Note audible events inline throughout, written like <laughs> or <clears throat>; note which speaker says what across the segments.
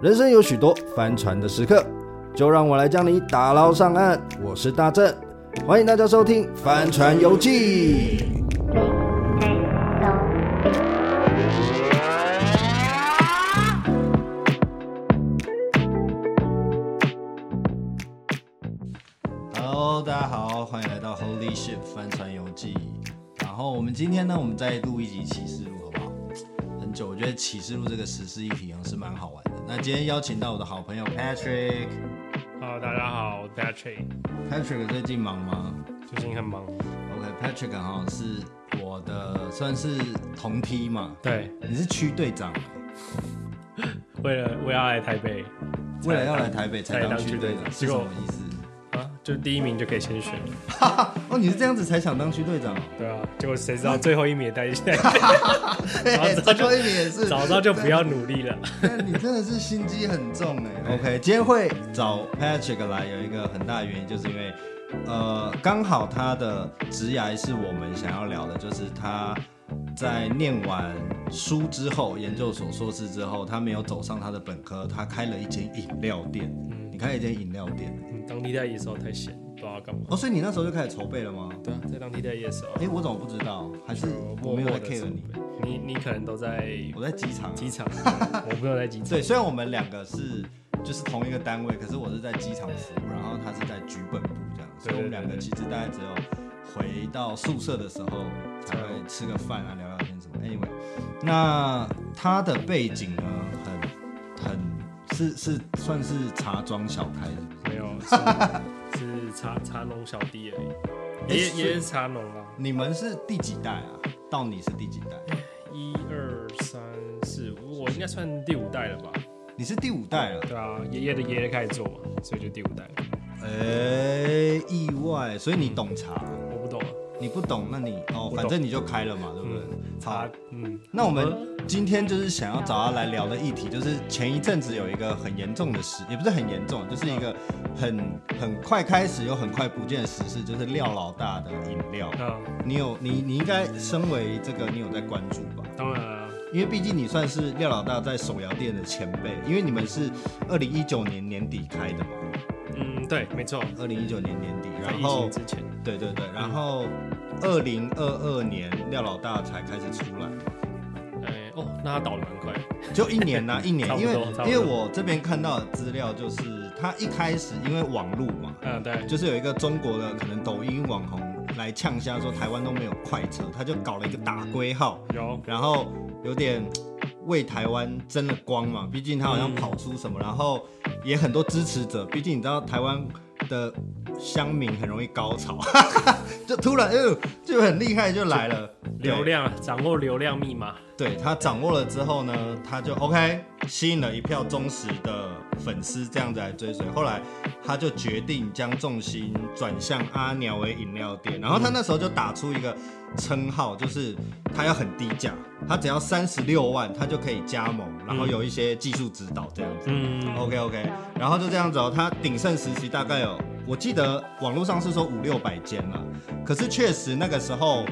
Speaker 1: 人生有许多翻船的时刻，就让我来将你打捞上岸。我是大正，欢迎大家收听《帆船游记》。Hello，大家好，欢迎来到 Holy Ship 帆船游记。然后我们今天呢，我们再录一集启示录，好不好？很久，我觉得启示录这个时事议题好像是蛮好玩的。那今天邀请到我的好朋友 Patrick。
Speaker 2: Hello，大家好，我是 Patrick，
Speaker 1: Patrick 最近忙吗
Speaker 2: 最近很忙。
Speaker 1: ？OK，Patrick、哈是我的算是同梯嘛，
Speaker 2: 对，
Speaker 1: 你是区队长，欸
Speaker 2: 为了为了要来台北
Speaker 1: 未来要来台北才
Speaker 2: 才
Speaker 1: 当
Speaker 2: 当
Speaker 1: 区
Speaker 2: 区
Speaker 1: 队
Speaker 2: 队
Speaker 1: 长
Speaker 2: 长
Speaker 1: 是什么意思？
Speaker 2: 啊，就第一名就可以先选，
Speaker 1: 哦，你是这样子才想当区队长哦？
Speaker 2: 对啊，结果谁知道最后一名也带进 <laughs> 来，
Speaker 1: 嘿最
Speaker 2: 早
Speaker 1: <laughs>
Speaker 2: 知道
Speaker 1: 后一名也是，
Speaker 2: 早知道就不要努力了。
Speaker 1: <laughs> 但你真的是心机很重哎。OK，今天会找 Patrick 来有一个很大的原因，就是因为呃，刚好他的职涯是我们想要聊的，就是他在念完书之后，研究所硕士之后，他没有走上他的本科，他开了一间饮料店。你开了一间饮料店
Speaker 2: 嗯，当地在野手太闲，不知道要干嘛。
Speaker 1: 哦，所以你那时候就开始筹备了吗？
Speaker 2: 对啊，在当地在野手，
Speaker 1: 哎、我怎么不知道？还是
Speaker 2: 就
Speaker 1: 我
Speaker 2: 默
Speaker 1: 没有在
Speaker 2: 默的
Speaker 1: care 你？
Speaker 2: 你你可能都在
Speaker 1: 我在机场啊、
Speaker 2: 机 <laughs> 场，我没有在机场。
Speaker 1: 对，虽然我们两个是就是同一个单位，可是我是在机场服，然后他是在局本部这样，所以我们两个其实大概只有回到宿舍的时候才会吃个饭啊，聊聊天什么。Anyway，那啊他的背景呢，很很是是算是茶庄小开是不是
Speaker 2: 没有，是是茶茶农小弟而已，
Speaker 1: 哎
Speaker 2: 也
Speaker 1: 所以
Speaker 2: 也是茶农啊，
Speaker 1: 你们是第几代啊？到你是第几代？
Speaker 2: 一二三四，五，我应该算第五代了吧？
Speaker 1: 你是第五代了。
Speaker 2: 对啊，爷爷的爷爷开始做嘛，所以就第五代。
Speaker 1: 哎、意外，所以你懂茶，
Speaker 2: 我不懂啊，
Speaker 1: 你不懂，那你哦，
Speaker 2: 不
Speaker 1: 反
Speaker 2: 懂
Speaker 1: 正你就开了嘛，对不对？好
Speaker 2: 茶，嗯，
Speaker 1: 那我们今天就是想要找他来聊的议题，就是前一阵子有一个很严重的事，也不是很严重，就是一个很很快开始又很快不见的时事，就是廖老大的饮料。
Speaker 2: 那
Speaker 1: 你有你你应该身为这个你有在关注吧？
Speaker 2: 当然啊，
Speaker 1: 因为毕竟你算是廖老大在手摇店的前辈，因为你们是二零一九年年底开的嘛，
Speaker 2: 嗯，对，没错，
Speaker 1: 二零一九年年底，
Speaker 2: 在
Speaker 1: 然
Speaker 2: 疫
Speaker 1: 后
Speaker 2: 情之前，
Speaker 1: 对对对，然后二零二二年廖老大才开始出来。
Speaker 2: 哎，哦，那他倒的蛮快，
Speaker 1: 就一年啊
Speaker 2: <laughs>
Speaker 1: 呐、一年
Speaker 2: 差，不
Speaker 1: 因
Speaker 2: 多
Speaker 1: 为
Speaker 2: 差不多
Speaker 1: 因为我这边看到的资料就是，他一开始因为网路嘛，
Speaker 2: 嗯，对，
Speaker 1: 就是有一个中国的可能抖音网红来呛虾说台湾都没有快车，他就搞了一个打龟号，
Speaker 2: 有，
Speaker 1: 然后有点为台湾争了光嘛，毕竟他好像跑出
Speaker 2: 嗯
Speaker 1: 什么，然后也很多支持者，毕竟你知道台湾的乡民很容易高潮， <laughs> 就突然哎呦就很厉害就来了，对
Speaker 2: 流量，掌握流量密码，
Speaker 1: 对他掌握了之后呢，他就 OK 吸引了一票忠实的粉丝，这样子来追随。后来他就决定将重心转向阿鸟为饮料店，然后他那时候就打出一个称号，就是他要很低价，他只要三十六万，他就可以加盟，然后有一些技术指导这样子。
Speaker 2: 嗯，
Speaker 1: OK OK，然后就这样子哦，它鼎盛时期大概有，我记得网络上是说五六百间了，可是确实那个时候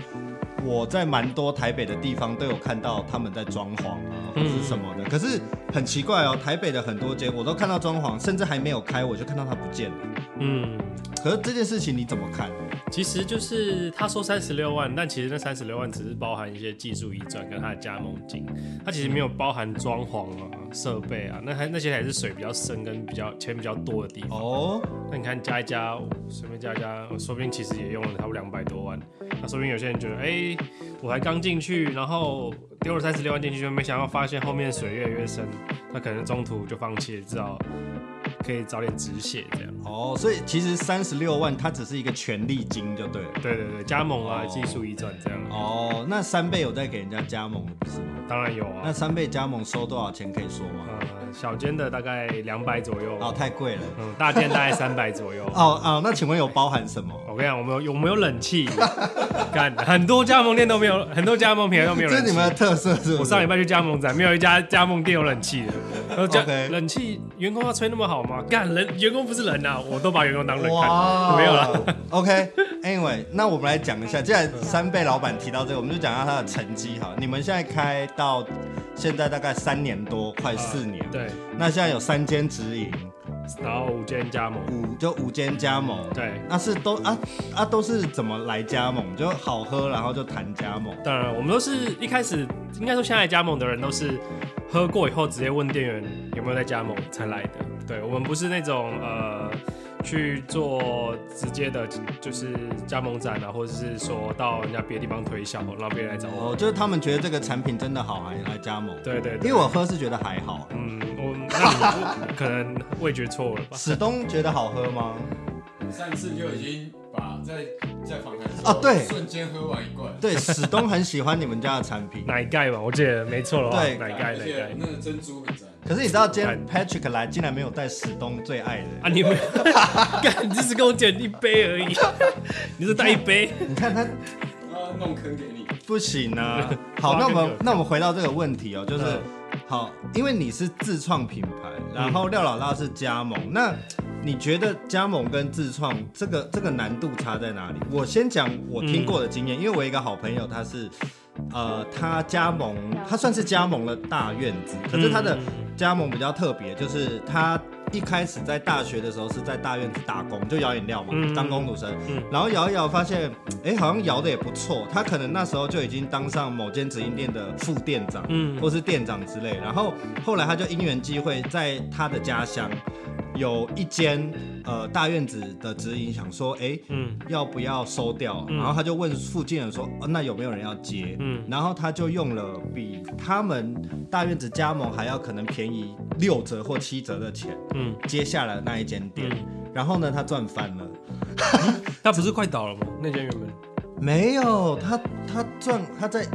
Speaker 1: 我在蛮多台北的地方都有看到他们在装潢啊或是什么的，可是很奇怪哦，台北的很多间我都看到装潢，甚至还没有开我就看到它不见了。
Speaker 2: 嗯，
Speaker 1: 可是这件事情你怎么看？
Speaker 2: 其实就是他说三十六万，但其实那三十六万只是包含一些技术移转跟他的加盟金，他其实没有包含装潢啊、设备啊，那还那些还是水比较深跟比较钱比较多的地方。
Speaker 1: 哦，
Speaker 2: 那你看加一加，随便加一加，呃说不定其实也用了差不多两百多万。那说不定有些人觉得，哎、我还刚进去，然后丢了三十六万进去，就没想到发现后面水越来越深，那可能中途就放弃了，至少可以早点止血这样。
Speaker 1: 哦，所以其实三十六万它只是一个权利金就对了。
Speaker 2: 对对对，加盟啊，
Speaker 1: 哦
Speaker 2: 技术移转这样，
Speaker 1: 哦，那三倍有在给人家加盟的不是吗？
Speaker 2: 当然有
Speaker 1: 那
Speaker 2: 啊。
Speaker 1: 三倍加盟收多少钱可以说吗？
Speaker 2: 呃，小间的大概两百左右，
Speaker 1: 哦，太贵了。
Speaker 2: 嗯，大间大概三百左 <laughs> 右。
Speaker 1: 哦哦，那请问有包含什么？
Speaker 2: 我跟你讲，我们有我们有冷气，干很多加盟店都没有，很多加盟品牌都没有
Speaker 1: 这
Speaker 2: 冷
Speaker 1: 是
Speaker 2: 气。
Speaker 1: 你们的特色是不
Speaker 2: 我
Speaker 1: 是
Speaker 2: 上？礼拜去加盟展，没有一家加盟店有冷气的。然后加
Speaker 1: OK
Speaker 2: 冷气员工要吹那么好吗？干人员工不是人呐、啊我都把员工当人
Speaker 1: 哇哦
Speaker 2: 看，没有啦。
Speaker 1: OK，Anyway，、那我们来讲一下，既然三倍老板提到这个，我们就讲一下他的成绩哈。你们现在开到现在大概三年多，快四年。
Speaker 2: 对，
Speaker 1: 那现在有三间直营，
Speaker 2: 然后五间加盟，
Speaker 1: 五就五间加盟。
Speaker 2: 对，
Speaker 1: 那是都啊啊都是怎么来加盟？就好喝，然后就谈加盟。
Speaker 2: 当然我们都是一开始应该说现在加盟的人都是喝过以后直接问店员有没有在加盟才来的，对我们不是那种呃。去做直接的，就是加盟展啊，或者是说到人家别的地方推销，让别人来找我
Speaker 1: 哦，就是他们觉得这个产品真的好，还来加盟。
Speaker 2: 对对对，
Speaker 1: 因为我喝是觉得还好。
Speaker 2: 嗯，我那你可能味觉错了吧？
Speaker 1: 史东觉得好喝吗？
Speaker 3: 上次就已经把在在访谈的时
Speaker 1: 啊
Speaker 3: 候
Speaker 1: 对
Speaker 3: 瞬间喝完一罐，
Speaker 1: 对，史东很喜欢你们家的产
Speaker 2: <laughs>
Speaker 1: 品。
Speaker 2: 奶盖吧，我记得没错的话，
Speaker 1: 对
Speaker 2: 奶盖
Speaker 3: 而
Speaker 2: 奶
Speaker 3: 且
Speaker 2: 盖
Speaker 3: 那个珍珠很赞，
Speaker 1: 可是你知道今天 Patrick 来竟然没有带史东最爱的，
Speaker 2: 啊！你 <laughs> 们干，你只是跟我捡一杯 <laughs> 而已，你是带一杯，
Speaker 1: 你看他
Speaker 3: 我要弄坑给你。
Speaker 1: 不行啊。好，那我们那我们回到这个问题哦，就是好，因为你是自创品牌，然后廖老大是加盟，那你觉得加盟跟自创这个这个难度差在哪里？我先讲我听过的经验，因为我有一个好朋友他是。呃，他加盟，他算是加盟了大院子，可是他的加盟比较特别，就是他一开始在大学的时候是在大院子打工，就摇饮料嘛，
Speaker 2: 嗯
Speaker 1: 当工读生。
Speaker 2: 嗯
Speaker 1: 然后摇一摇，发现哎、诶好像摇的也不错。他可能那时候就已经当上某间直营店的副店长，
Speaker 2: 嗯
Speaker 1: 或是店长之类。然后后来他就因缘际会，在他的家乡有一间呃大院子的直营，想说哎。诶
Speaker 2: 嗯
Speaker 1: 要不要收掉？然后他就问附近人说：“哦，那有没有人要接？”
Speaker 2: 嗯
Speaker 1: 然后他就用了比他们大院子加盟还要可能便宜六折或七折的钱
Speaker 2: 嗯，
Speaker 1: 接下了那一间店。然后呢，他赚翻了。
Speaker 2: 他不是快倒了吗？那间原本
Speaker 1: 没有，他他赚他在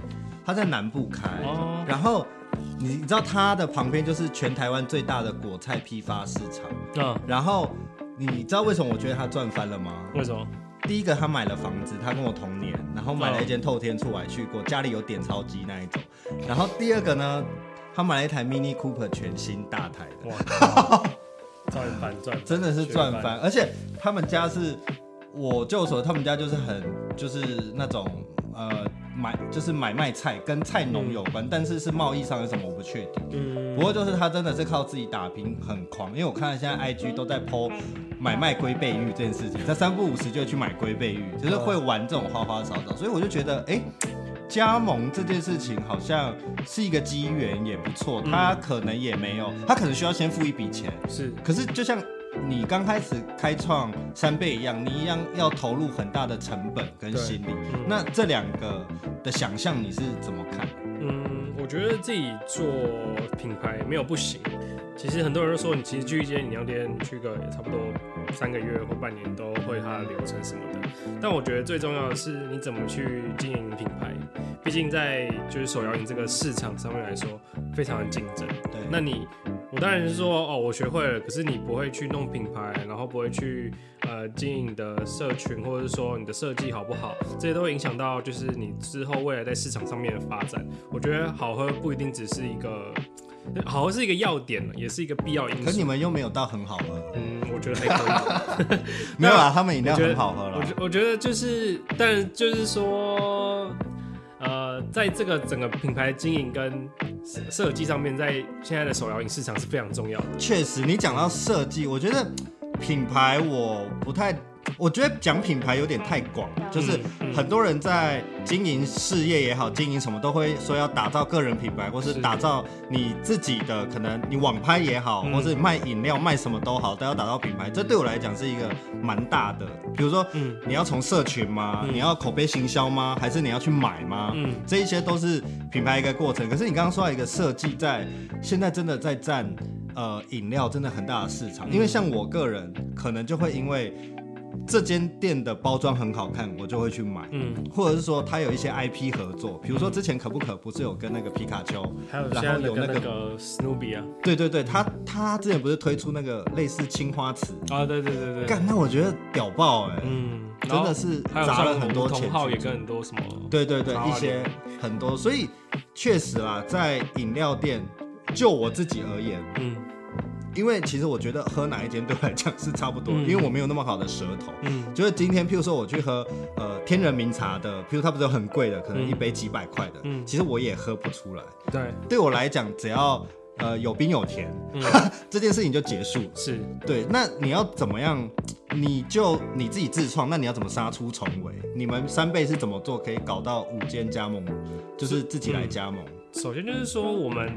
Speaker 1: 他在南部开，
Speaker 2: 哦
Speaker 1: 然后你你知道他的旁边就是全台湾最大的果菜批发市场，
Speaker 2: 啊，
Speaker 1: 然后你知道为什么我觉得他赚翻了吗？
Speaker 2: 为什么？
Speaker 1: 第一个他买了房子，他跟我同年，然后买了
Speaker 2: 哦
Speaker 1: 一间透天厝，我还去过，家里有点钞机那一种。然后第二个呢，他买了一台 Mini Cooper 全新大台的，
Speaker 2: 哇靠，赚翻赚翻，
Speaker 1: 真的是赚
Speaker 2: 赚
Speaker 1: 翻，而且他们家是，我就所他们家就是很就是那种呃买就是买卖菜跟菜农有关，但是是贸易商有什么我不确定。
Speaker 2: 嗯
Speaker 1: 不过就是他真的是靠自己打拼很狂，因为我看现在 IG 都在 PO 买卖龟背玉这件事情，他三不五时就会去买龟背玉，就是会玩这种花花草草，所以我就觉得哎。加盟这件事情好像是一个机缘，也不错。
Speaker 2: 嗯
Speaker 1: 他可能也没有，他可能需要先付一笔钱，
Speaker 2: 是
Speaker 1: 可是就像你刚开始开创三倍一样，你一样要投入很大的成本跟
Speaker 2: 对
Speaker 1: 心力
Speaker 2: 嗯。
Speaker 1: 那这两个的想象你是怎么看？
Speaker 2: 嗯，我觉得自己做品牌没有不行。其实很多人都说，你其实去一间饮料店去个差不多三个月或半年都会它的流程什么的。但我觉得最重要的是你怎么去经营品牌。毕竟在就是手摇饮这个市场上面来说，非常的竞争。
Speaker 1: 对，
Speaker 2: 那你，我当然是说哦，我学会了，可是你不会去弄品牌，然后不会去呃经营你的社群，或者是说你的设计好不好，这些都会影响到就是你之后未来在市场上面的发展。我觉得好喝不一定只是一个，好喝是一个要点，也是一个必要因
Speaker 1: 可你
Speaker 2: 素。
Speaker 1: 们又没有到很好喝，
Speaker 2: 嗯，我觉得还可以。
Speaker 1: <laughs> 没有啦，他们饮料
Speaker 2: 我觉得
Speaker 1: 很好喝
Speaker 2: 我
Speaker 1: 啦
Speaker 2: 觉。我觉得就是，但就是说，呃，在这个整个品牌经营跟设设计上面，在现在的手摇饮市场是非常重要的。
Speaker 1: 确实，你讲到设计，我觉得品牌我不太，我觉得讲品牌有点太广，就是
Speaker 2: 嗯
Speaker 1: 很多人在经营事业也好，经营什么都会说要打造个人品牌，或是
Speaker 2: 是
Speaker 1: 打造你自己的，可能你网拍也好，
Speaker 2: 嗯
Speaker 1: 或是卖饮料卖什么都好，都要打造品牌。这对我来讲是一个蛮大的，比如说
Speaker 2: 嗯
Speaker 1: 你要从社群吗？
Speaker 2: 嗯
Speaker 1: 你要口碑行销吗？还是你要去买吗？
Speaker 2: 嗯
Speaker 1: 这一些都是品牌一个过程。可是你刚刚说到一个设计在，现在真的在占呃饮料真的很大的市场，因为像我个人可能就会因为这间店的包装很好看，我就会去买。
Speaker 2: 嗯，
Speaker 1: 或者是说它有一些 IP 合作，比如说之前可不可不是有跟那个皮卡丘，
Speaker 2: 还有
Speaker 1: 然
Speaker 2: 现
Speaker 1: 后
Speaker 2: 在
Speaker 1: 有
Speaker 2: 的
Speaker 1: 那
Speaker 2: 跟那
Speaker 1: 个，
Speaker 2: 个 Snoopy 啊，
Speaker 1: 对对对，他他之前不是推出那个类似青花瓷，
Speaker 2: 啊，对对对对，
Speaker 1: 干，那我觉得屌爆哎、
Speaker 2: 嗯，
Speaker 1: 真的是
Speaker 2: 然后还
Speaker 1: 砸
Speaker 2: 有
Speaker 1: 了
Speaker 2: 像
Speaker 1: 很多
Speaker 2: 梧桐
Speaker 1: 钱
Speaker 2: 号
Speaker 1: 去
Speaker 2: 也跟很多什么，
Speaker 1: 对对对
Speaker 2: 然，后
Speaker 1: 一些很多，所啊以确实啦，在饮料店，就我自己而言，
Speaker 2: 嗯，
Speaker 1: 因为其实我觉得喝哪一间对我来讲是差不多，
Speaker 2: 嗯
Speaker 1: 因为我没有那么好的舌头。
Speaker 2: 嗯
Speaker 1: 就是今天，譬如说我去喝呃天人茗茶的，譬如它不是有很贵的，可能一杯几百块的，
Speaker 2: 嗯
Speaker 1: 其实我也喝不出来。
Speaker 2: 对
Speaker 1: 对我来讲，只要呃有冰有甜，
Speaker 2: 嗯
Speaker 1: <laughs> 这件事情就结束了。
Speaker 2: 是
Speaker 1: 对，那你要怎么样？你就你自己自创，那你要怎么杀出重围？你们三倍是怎么做可以搞到五间加盟，就是自己来加盟？
Speaker 2: 首先就是嗯说，我们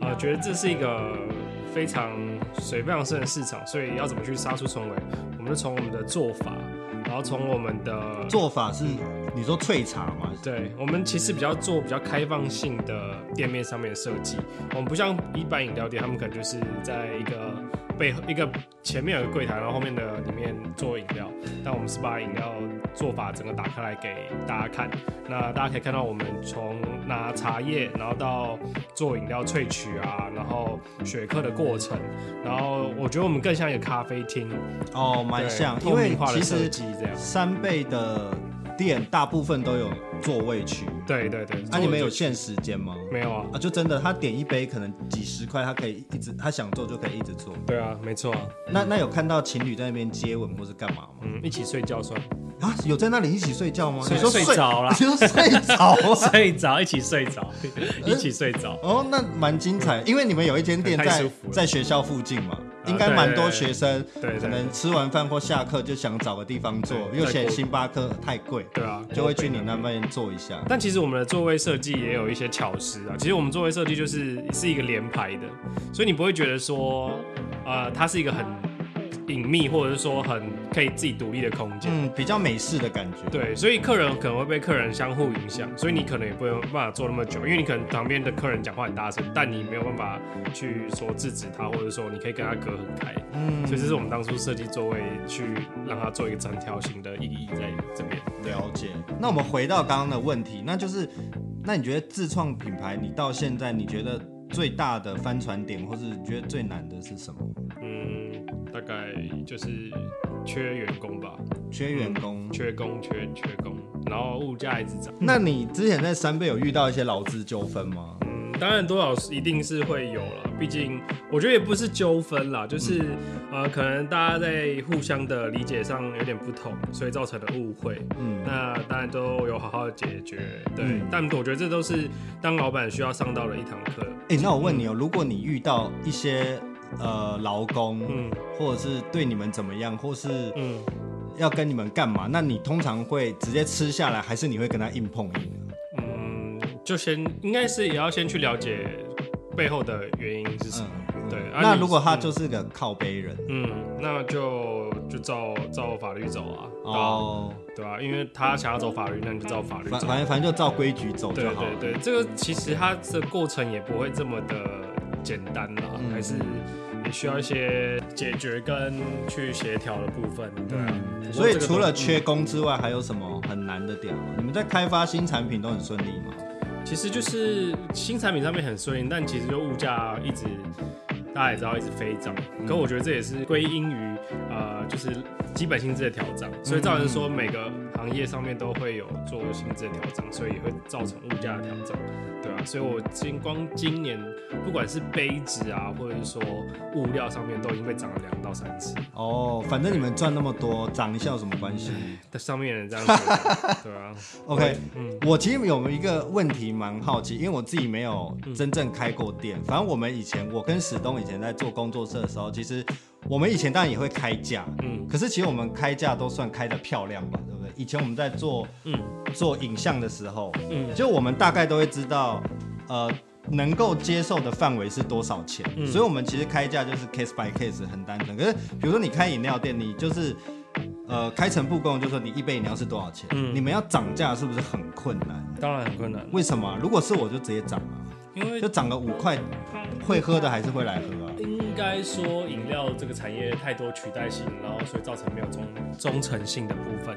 Speaker 2: 呃觉得这是一个非常水非常深的市场，所以要怎么去杀出重围，我们就从我们的做法，然后从我们的
Speaker 1: 做法是你说萃茶吗？
Speaker 2: 嗯对，我们其实比较做比较开放性的店面上面的设计，我们不像一般饮料店，他们可能就是在一个背后一个前面有个柜台，然后后面的里面做饮料，但我们是把饮料做法整个打开来给大家看。那大家可以看到，我们从拿茶叶，然后到做饮料萃取啊，然后雪克的过程，然后我觉得我们更像一个咖啡厅，
Speaker 1: 哦，蛮
Speaker 2: 对
Speaker 1: 像，因
Speaker 2: 透
Speaker 1: 为
Speaker 2: 明化的
Speaker 1: 其
Speaker 2: 设
Speaker 1: 实
Speaker 2: 计这样。
Speaker 1: 三倍的店大部分都有座位区，啊
Speaker 2: 对对对，
Speaker 1: 那、你们有限时间吗？
Speaker 2: 没有啊？
Speaker 1: 啊，就真的，他点一杯可能几十块，他可以一直，他想做就可以一直做。
Speaker 2: 对啊，没错啊，
Speaker 1: 那那有看到情侣在那边接吻或是干嘛吗？
Speaker 2: 嗯，一起睡觉算。
Speaker 1: 啊，有在那里一起睡觉吗？
Speaker 2: 睡
Speaker 1: 你说
Speaker 2: 睡着啦
Speaker 1: <laughs> 你说睡
Speaker 2: <laughs>
Speaker 1: 着了
Speaker 2: 睡着，一起睡着，
Speaker 1: <laughs>
Speaker 2: 一起睡着。
Speaker 1: 哦，那蛮精彩，因为你们有一间店
Speaker 2: <laughs> 太
Speaker 1: 在
Speaker 2: 舒服了
Speaker 1: 在学校附近嘛，
Speaker 2: 啊
Speaker 1: 应该蛮多学生
Speaker 2: 对对对对
Speaker 1: 可能吃完饭或下课就想找个地方坐，
Speaker 2: 对
Speaker 1: 又
Speaker 2: 在
Speaker 1: 嫌
Speaker 2: 国
Speaker 1: 星巴克太贵，
Speaker 2: 对啊，
Speaker 1: 就会去你那边坐一下。
Speaker 2: 但其实我们的座位设计也有一些巧思啊。其实我们座位设计就是是一个连排的，所以你不会觉得说，呃，它是一个很隐秘或者是说很可以自己独立的空间。
Speaker 1: 嗯，比较美式的感觉。
Speaker 2: 对，所以客人可能会被客人相互影响，所以你可能也不会有办法做那么久，因为你可能旁边的客人讲话很大声，但你没有办法去说制止他，或者说你可以跟他隔很开。
Speaker 1: 嗯
Speaker 2: 所以这是我们当初设计座位去让它做一个长条形的意义在这边。
Speaker 1: 了解。那我们回到刚刚的问题，那就是，那你觉得自创品牌，你到现在你觉得最大的翻船点，或是你觉得最难的是什么？
Speaker 2: 嗯，大概就是缺员工吧，
Speaker 1: 缺员工。
Speaker 2: 缺工缺缺工，然后物价一直涨。
Speaker 1: 那你之前在三倍有遇到一些劳资纠纷吗？
Speaker 2: 嗯，当然多少是一定是会有了，毕竟我觉得也不是纠纷啦，就是、
Speaker 1: 嗯
Speaker 2: 呃，可能大家在互相的理解上有点不同，所以造成的误会。
Speaker 1: 嗯，
Speaker 2: 那当然都有好好解决，对。
Speaker 1: 嗯
Speaker 2: 但我觉得这都是当老板需要上到的一堂课。
Speaker 1: 哎、那我问
Speaker 2: 嗯
Speaker 1: 你哦、如果你遇到一些呃劳工，
Speaker 2: 嗯
Speaker 1: 或者是对你们怎么样，或是
Speaker 2: 嗯，
Speaker 1: 要跟你们干嘛，那你通常会直接吃下来，还是你会跟他硬碰硬呢？
Speaker 2: 嗯，就先应该是也要先去了解背后的原因是什么。
Speaker 1: 嗯
Speaker 2: 对啊
Speaker 1: 那
Speaker 2: 你
Speaker 1: 如果他
Speaker 2: 嗯
Speaker 1: 就是个靠背人，
Speaker 2: 嗯，那就就照照法律走啊，对吧、
Speaker 1: 哦，
Speaker 2: 对啊吧、因为他想要走法律，那你就照法律
Speaker 1: 反
Speaker 2: 走。
Speaker 1: 反正反正就照规矩走
Speaker 2: 对
Speaker 1: 就好了。
Speaker 2: 对对，这个其实它这个过程也不会这么的简单啦，
Speaker 1: 嗯
Speaker 2: 还是也需要一些解决跟去协调的部分。对啊、不过
Speaker 1: 嗯所以
Speaker 2: 这个
Speaker 1: 除
Speaker 2: 东
Speaker 1: 了缺工之外，还有什么很难的点吗？你们在开发新产品都很顺利吗？
Speaker 2: 其实就是新产品上面很顺利，但其实就物价一直大家也知道一直飞涨。可我觉得这也是归因于呃，就是基本薪资的调整，所以造成说每个行业上面都会有做薪资的调整，所以也会造成物价的调整，对啊，所以我今光今年不管是杯子啊，或者是说物料上面，都已经被涨了两到三次，
Speaker 1: 哦，反正你们赚那么多，涨一下有什么关
Speaker 2: <laughs>
Speaker 1: 系
Speaker 2: 但上面的人这样子，对啊，
Speaker 1: ？OK，
Speaker 2: 嗯
Speaker 1: 我其实有一个问题蛮好奇，因为我自己没有真正开过店。反正我们以前，我跟史东以前在做工作室的时候，其实我们以前当然也会开价，
Speaker 2: 嗯
Speaker 1: 可是其实我们开价都算开的漂亮吧，对不对？以前我们在做
Speaker 2: 嗯
Speaker 1: 做影像的时候，
Speaker 2: 嗯
Speaker 1: 就我们大概都会知道，呃，能够接受的范围是多少钱，
Speaker 2: 嗯
Speaker 1: 所以我们其实开价就是 case by case 很单纯。可是比如说你开饮料店，你就是呃开诚布公，就说你一杯饮料是多少钱，
Speaker 2: 嗯
Speaker 1: 你们要涨价是不是很困难？
Speaker 2: 当然很困难，
Speaker 1: 为什么啊、如果是我就直接涨啊，
Speaker 2: 因为
Speaker 1: 就涨个五块，会喝的还是会来喝啊。
Speaker 2: 应该说，饮料这个产业太多取代性，然后所以造成没有忠忠诚性的部分。